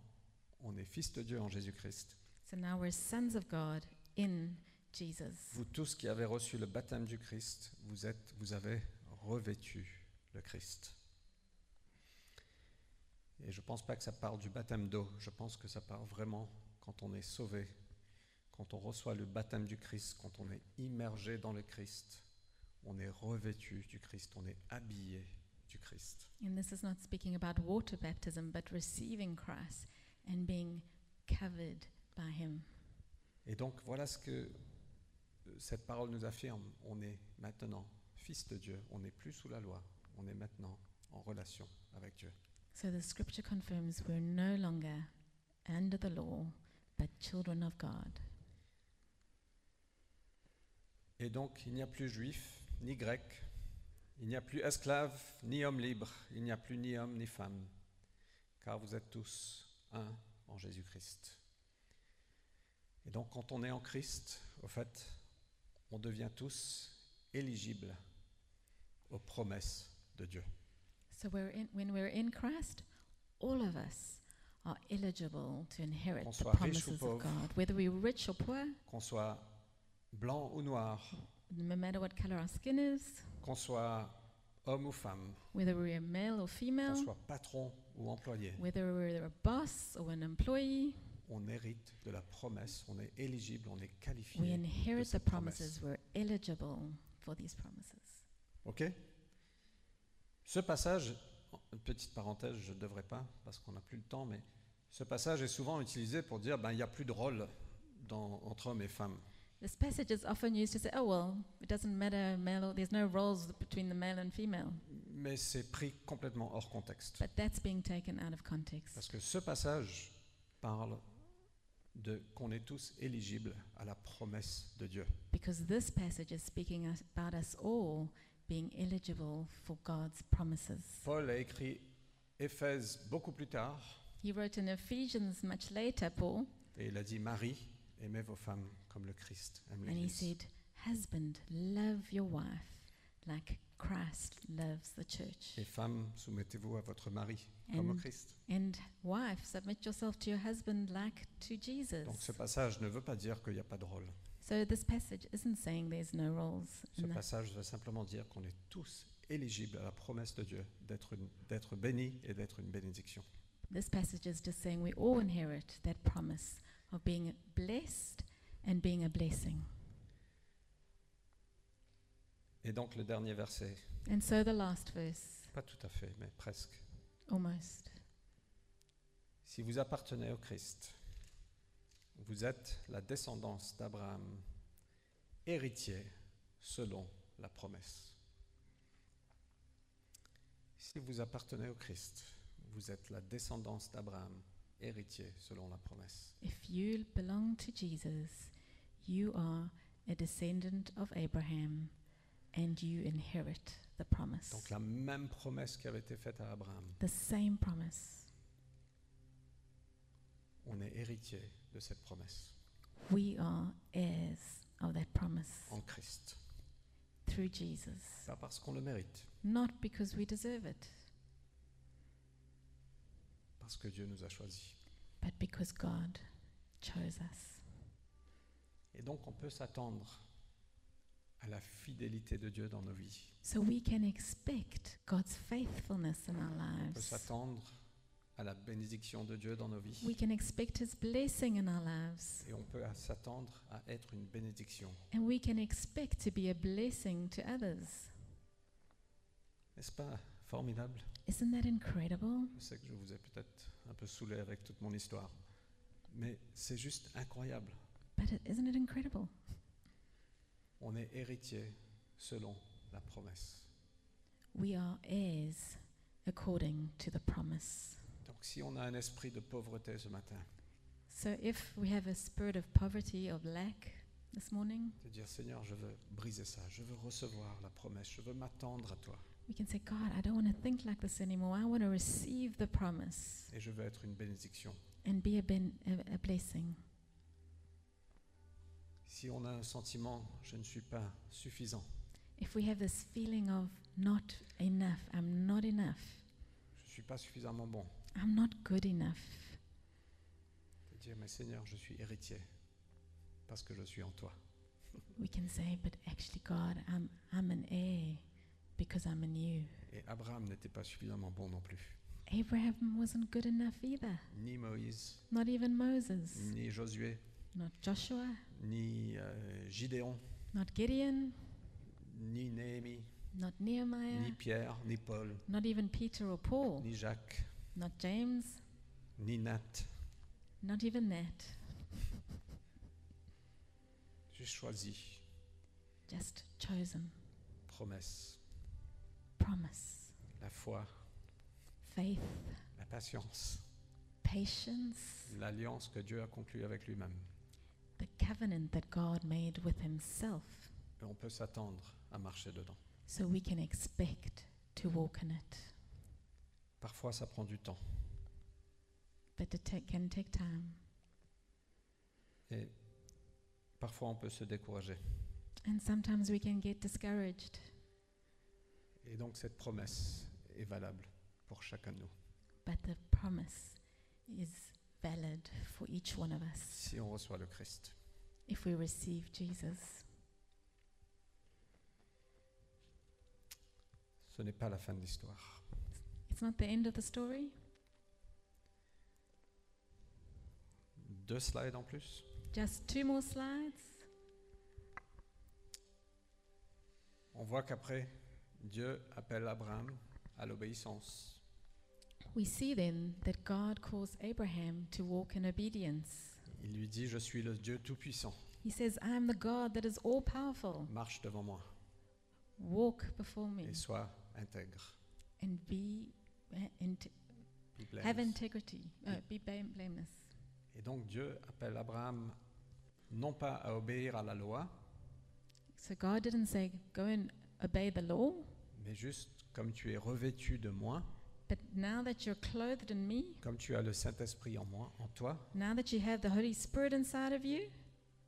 on est fils de Dieu en Jésus-Christ.
So now we're sons of God in Jesus.
Vous tous qui avez reçu le baptême du Christ, vous, êtes, vous avez revêtu le Christ. Et je ne pense pas que ça parle du baptême d'eau, je pense que ça parle vraiment quand on est sauvé, quand on reçoit le baptême du Christ, quand on est immergé dans le Christ, on est revêtu du Christ, on est habillé du Christ.
And this is not speaking about water baptism, but receiving Christ and being covered by Him.
Et donc voilà ce que euh, cette parole nous affirme, on est maintenant fils de Dieu, on n'est plus sous la loi, on est maintenant en relation avec Dieu.
So the scripture confirms we're no longer under the law, but children of God.
Et donc, il n'y a plus juif ni grec, il n'y a plus esclave ni homme libre, il n'y a plus ni homme ni femme, car vous êtes tous un en Jésus-Christ. Et donc, quand on est en Christ, au fait, on devient tous éligibles aux promesses de Dieu.
So we're in, when we're in Christ, all of us are eligible to inherit
Qu'on
the
soit riche ou
promises of
pauvre.
God, whether we're rich or poor,
Qu'on soit blanc ou noir,
no matter what color our skin is,
qu'on soit homme ou femme,
whether we're male or
qu'on
female,
soit patron ou employé,
whether we're a boss or an employee.
on hérite de la promesse, on est éligible, on est qualifié.
We inherit the
cette promesse.
promises. We're eligible for these promises.
Ok Ce passage, une petite parenthèse, je ne devrais pas parce qu'on n'a plus le temps, mais ce passage est souvent utilisé pour dire ben, il n'y a plus de rôle dans- entre hommes et femmes.
This passage is often used to say, oh, well, it doesn't matter, male or, there's no roles between the male and female.
Mais c'est pris complètement hors contexte.
But that's being taken out of context.
Parce que ce passage parle de qu'on est tous éligibles à la promesse de Dieu.
Because this passage is speaking us- about us all being eligible for God's promises.
Paul a écrit Éphèse beaucoup plus tard
He wrote in Ephesians much later, Paul,
et il a dit Marie, aimez vos femmes comme le Christ aime
and he
l'Église.
said, Husband, love your wife like Christ loves the church.
Et femmes, soumettez-vous à votre mari comme au
And
Christ.
And wife, submit yourself to your husband like to Jesus.
Donc ce passage ne veut pas dire qu'il n'y a pas de rôle.
So this passage isn't saying there's no roles.
Ce
in the-
passage veut simplement dire qu'on est tous éligibles à la promesse de Dieu d'être une- d'être bénis et d'être une bénédiction.
This passage is just saying we all inherit that promise of being blessed and being a blessing.
Et donc le dernier verset,
And so the last verse,
pas tout à fait, mais presque.
almost.
Si vous appartenez au Christ, vous êtes la descendance d'Abraham, héritier selon la promesse. Si vous appartenez au Christ, vous êtes la descendance d'Abraham, héritier selon la promesse.
If you belong to Jesus, You are a descendant of Abraham and you inherit the promise.
Donc la même promesse qui avait été faite à Abraham.
The same promise.
On est héritier de cette promesse
We are heirs of that promise
en Christ.
through Jesus,
Pas parce qu'on le mérite,
not because we deserve it,
parce que Dieu nous a choisis.
but because God chose us.
Et donc on peut s'attendre à la fidélité de Dieu dans nos vies.
So we can expect God's faithfulness in our
On peut
lives.
s'attendre à la bénédiction de Dieu dans nos
We
vies.
can expect His blessing in our lives.
Et on peut à- s'attendre à être une bénédiction.
And we can expect to be a blessing to others.
N'est-ce pas formidable
Isn't that incredible?
Je sais que je vous ai peut-être un peu saoulé avec toute mon histoire. Mais c'est juste incroyable.
But it, isn't it incredible?
On est héritier selon la promesse.
We are heirs according to the promise.
Donc si on a un esprit de pauvreté ce matin,
So if we have a spirit of poverty, of lack this morning,
de dire Seigneur, je veux briser ça, je veux recevoir la promesse, je veux m'attendre à toi
we can say, God, I don't want to think like this anymore. I want to receive the promise
et je veux être une bénédiction.
and be a, ben, a, a blessing.
Si on a un sentiment, je ne suis pas suffisant,
If we have this feeling of not enough, I'm not enough,
je ne suis pas suffisamment bon,
I'm not good enough,
de dire mais Seigneur, je suis héritier parce que je suis en toi.
we can say, but actually, God, I'm, I'm an heir because I'm in you.
Et Abraham n'était pas suffisamment bon non plus,
Abraham wasn't good enough either,
ni Moïse,
not even Moses,
ni Josué,
not Joshua,
ni euh, Gidéon,
not Gideon,
ni Néhémie,
not Nehemiah,
ni Pierre, ni Paul,
not even Peter or Paul,
ni Jacques,
not James,
ni Nat.
not even that.
J'ai choisi
Just chosen.
promesse,
Promise.
la foi,
Faith.
la patience,
Patience.
l'alliance que Dieu a conclue avec lui-même.
The covenant that God made with Himself.
Et on peut s'attendre à marcher dedans.
So we can expect to walk in it.
Parfois, ça prend du temps.
But it ta- can take time.
Et parfois, on peut se décourager.
And sometimes we can get discouraged.
Et donc, cette promesse est valable pour chacun de nous.
But the promise is valid for each one of us
Si on reçoit le Christ.
if we receive Jesus.
Ce n'est pas la fin de l'histoire.
It's not the end of the story.
Deux slides en plus.
Just two more slides.
On voit qu'après, Dieu appelle Abraham à l'obéissance.
We see then that God calls Abraham to walk in obedience.
Il lui dit, je suis le Dieu Tout-Puissant.
He says, I am the God that is all powerful.
Marche devant moi
Walk before me
et sois intègre.
and be uh, inte-
Be blameless.
have integrity. Uh,
Yeah.
be blame- blameless.
Et donc Dieu appelle Abraham non pas à obéir à la loi,
So God didn't say, Go and obey the law,
mais juste comme tu es revêtu de moi,
but now that you're clothed in me,
comme tu as le Saint-Esprit en moi, en toi,
now that you have the Holy Spirit inside of you,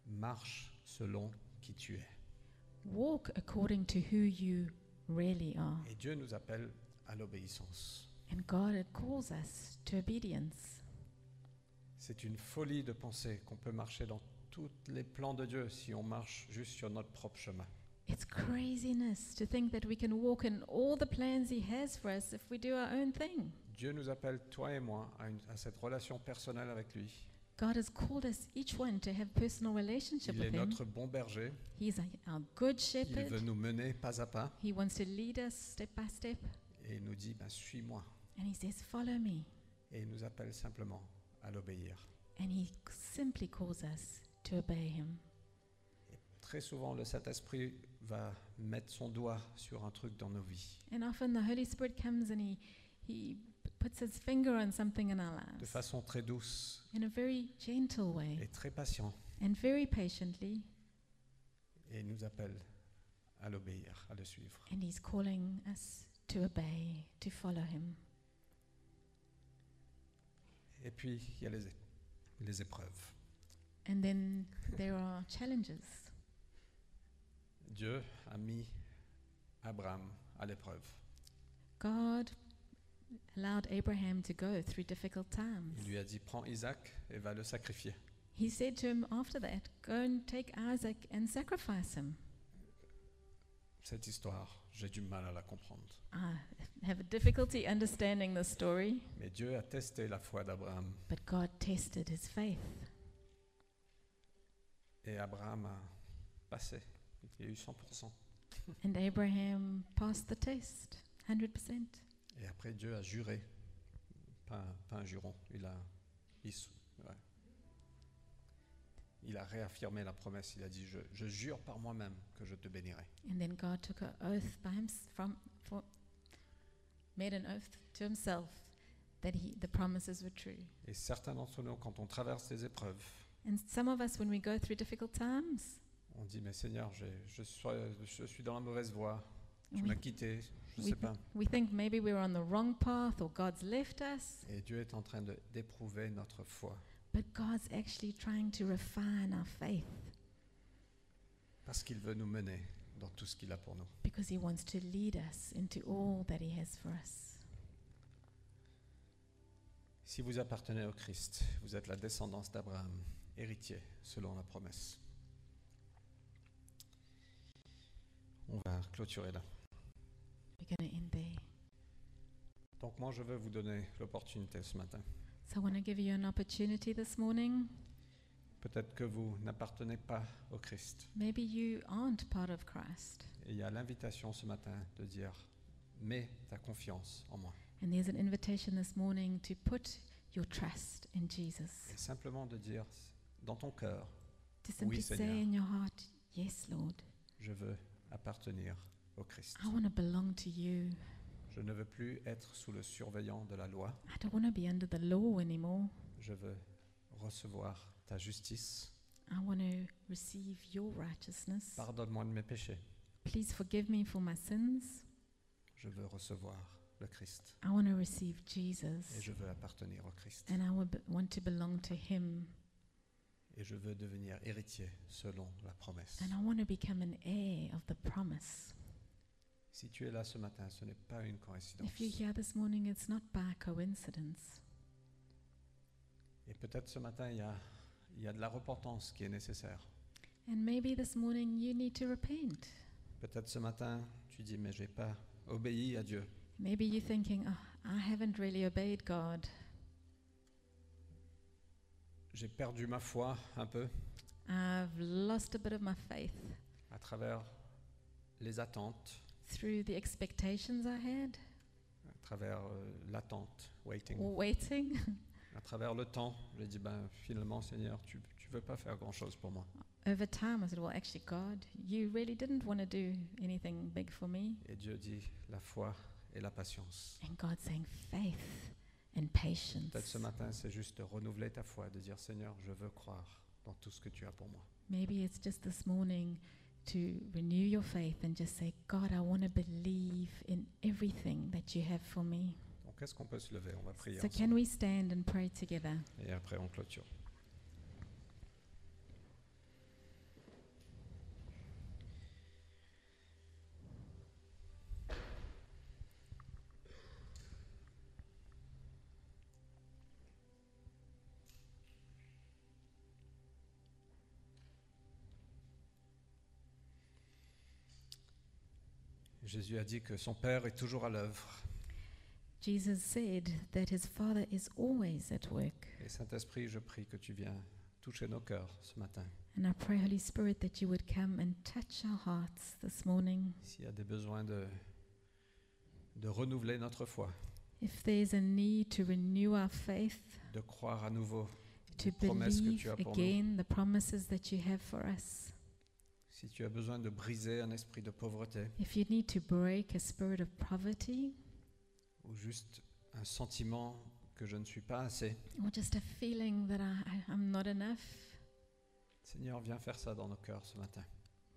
marche selon qui tu es.
walk according to who you really are.
Et Dieu nous appelle à l'obéissance.
And God uh, calls us to obedience.
C'est une folie de penser qu'on peut marcher dans tous les plans de Dieu si on marche juste sur notre propre chemin.
It's craziness to think that we can walk in all the plans He has for us if we do our own thing.
Dieu nous appelle, toi et moi, à, une- à cette relation personnelle avec lui.
God has called us each one to have personal relationship
Il est
with Him.
notre bon berger.
He's a, our good
Il veut
shepherd.
nous mener pas à pas
He wants to lead us step by step,
et il nous dit, ben, suis-moi.
and He says, "Follow me."
Et il nous appelle simplement à l'obéir.
And He simply calls us to obey Him.
Très souvent, le Saint-Esprit va mettre son doigt sur un truc dans nos vies,
And often the Holy Spirit comes and He He p- puts His finger on something in our
de
lives
façon très douce
in a very gentle way
et très patient.
and very patiently,
et il nous appelle à l'obéir, à le suivre.
and He's calling us to obey, to follow Him.
Et puis, il y a les, é- les épreuves.
And then there are challenges.
Dieu a mis Abraham à l'épreuve.
God allowed Abraham to go through difficult times.
Il lui a dit, prends Isaac et va le sacrifier.
He said to him after that, Go and take Isaac and sacrifice him.
Cette histoire, j'ai du mal à la comprendre.
I have a difficulty understanding this story,
Mais Dieu a testé la foi d'Abraham
but God tested his faith.
et Abraham a passé. Il a eu 100%.
And Abraham passed the test 100%.
Et après, Dieu a juré. Pas, pas un juron. Il a, il, s- ouais. Il a réaffirmé la promesse. Il a dit, je, je jure par moi-même que je te bénirai.
And then God took an oath by him from, for, made an oath to himself that he, the promises were true.
Et certains d'entre nous, quand on traverse des épreuves,
And some of us, when we go through difficult times,
on dit, mais Seigneur, j'ai- je, sois- je suis dans la mauvaise voie. Tu
we,
m'as quitté. Je ne
oui,
sais pas.
we think maybe we're on the wrong path or God's left us,
Et Dieu est en train de- d'éprouver notre foi.
but God's actually trying to refine our faith
Parce qu'il veut nous mener dans tout ce qu'il a pour nous.
because He wants to lead us into all that He has for us.
Si vous appartenez au Christ, vous êtes la descendance d'Abraham, héritier selon la promesse. On va clôturer là.
We're going to end there.
Donc moi, je veux vous donner l'opportunité ce matin.
So I want to give you an opportunity this morning.
Peut-être que vous n'appartenez pas au Christ.
Maybe you aren't part of Christ,
Et il y a l'invitation ce matin de dire, mets ta confiance en moi.
and there's an invitation this morning to put your trust in Jesus.
Et simplement de dire, dans ton cœur,
To simply say
Seigneur.
in your heart, Yes, Lord,
je veux appartenir au Christ.
I want to belong to you.
Je ne veux plus être sous le surveillant de la loi.
I don't want to be under the law anymore.
Je veux recevoir ta justice.
I want to receive your righteousness.
Pardonne-moi de mes péchés.
Please forgive me for my sins.
Je veux recevoir le Christ
I want to receive
et
Jesus
je veux appartenir au Christ
and I wa- want to belong to Him
et je veux devenir héritier selon la promesse.
and I want to become an heir of the promise.
Si tu es là ce matin, ce n'est pas une coïncidence.
If you're here this morning, it's not by coincidence.
Et peut-être ce matin, il y a, il y a de la repentance qui est nécessaire.
And maybe this morning you need to repent.
Peut-être ce matin, tu dis, mais j'ai pas obéi à Dieu.
Maybe you're thinking, oh, I haven't really obeyed God.
J'ai perdu ma foi un peu
I've lost a bit of my faith
à travers les attentes,
through the expectations I had
à travers euh, l'attente, waiting.
or waiting.
À travers le temps, j'ai dit, ben, finalement, Seigneur, tu ne veux pas faire grand-chose pour moi.
Over time, I said, Well, actually, God, you really didn't want to do anything big for me.
Et Dieu dit, la foi et la patience.
And God's saying, Faith and patience.
Peut-être ce matin, c'est juste de renouveler ta foi, de dire, Seigneur, je veux croire dans tout ce que tu as pour moi.
Maybe it's just this morning to renew your faith and just say, God, I want to believe in everything that you have for me.
Donc, est-ce qu'on peut se lever On va prier
So, can
ensemble.
we stand and pray together?
Et après, on clôture. Jésus a dit que son Père est toujours à l'œuvre
Jesus said that his Father is always at work.
Et Saint-Esprit, je prie que tu viens toucher nos cœurs ce matin.
And I pray, Holy Spirit, that you would come and touch our hearts this morning.
S'il y a des besoins de, de renouveler notre foi,
If there's a need to renew our faith,
de croire à nouveau,
to
les promesses que
believe
tu as pour nous.
again the promises that you have for us.
Si tu as besoin de briser un esprit de pauvreté
If you need to break a spirit of poverty
ou juste un sentiment que je ne suis pas assez,
or just a feeling that I, I, I'm not enough,
Seigneur, viens faire ça dans nos cœurs ce matin.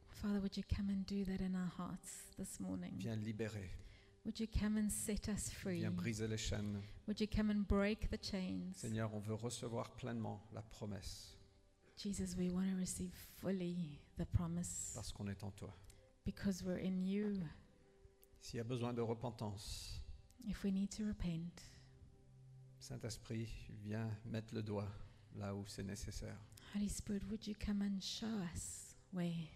Father, would you come and do that in our hearts this morning?
Viens libérer.
Would you come and set us free?
Viens briser les chaînes.
Would you come and break the chains?
Seigneur, on veut recevoir pleinement la promesse
Jesus, we want to receive fully the promise
parce qu'on est en toi.
because we're in you.
S'il y a besoin de repentance,
If we need to repent,
Saint-Esprit, viens mettre le doigt là où c'est nécessaire.
Holy Spirit, would you come and show us where?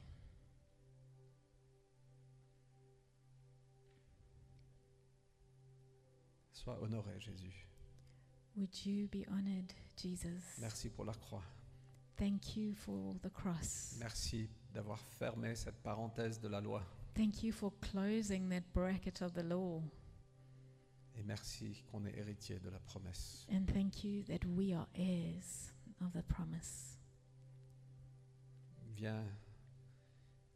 Sois honoré, Jésus.
Would you be honored, Jesus?
Merci pour la croix.
Thank you for the cross.
Merci d'avoir fermé cette parenthèse de la loi.
Thank you for closing that bracket of the law.
Et merci qu'on est héritier de la promesse.
And thank you that we are heirs of the promise.
Viens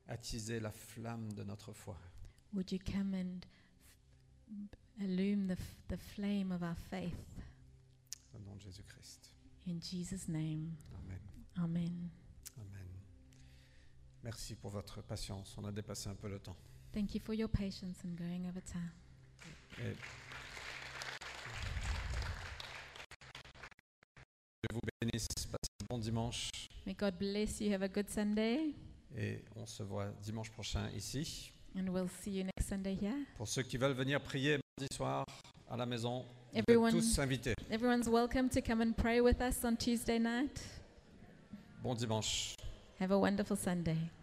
attiser la flamme de notre foi.
Would you come and illume the, f- the flame of our faith?
Au nom de Jésus-Christ.
In Jesus' name,
Amen.
Amen.
Amen. Merci pour votre patience. On a dépassé un peu le temps.
Thank you for your patience in going over time.
Et- Dieu vous bénisse. Passez un bon dimanche.
May God bless you. Have a good Sunday,
Et on se voit dimanche prochain ici.
and we'll see you next Sunday here.
Pour ceux qui veulent venir prier mardi soir à la maison, vous êtes
Everyone-
tous invités.
Everyone's welcome to come and pray with us on Tuesday night.
Bon dimanche.
Have a wonderful Sunday.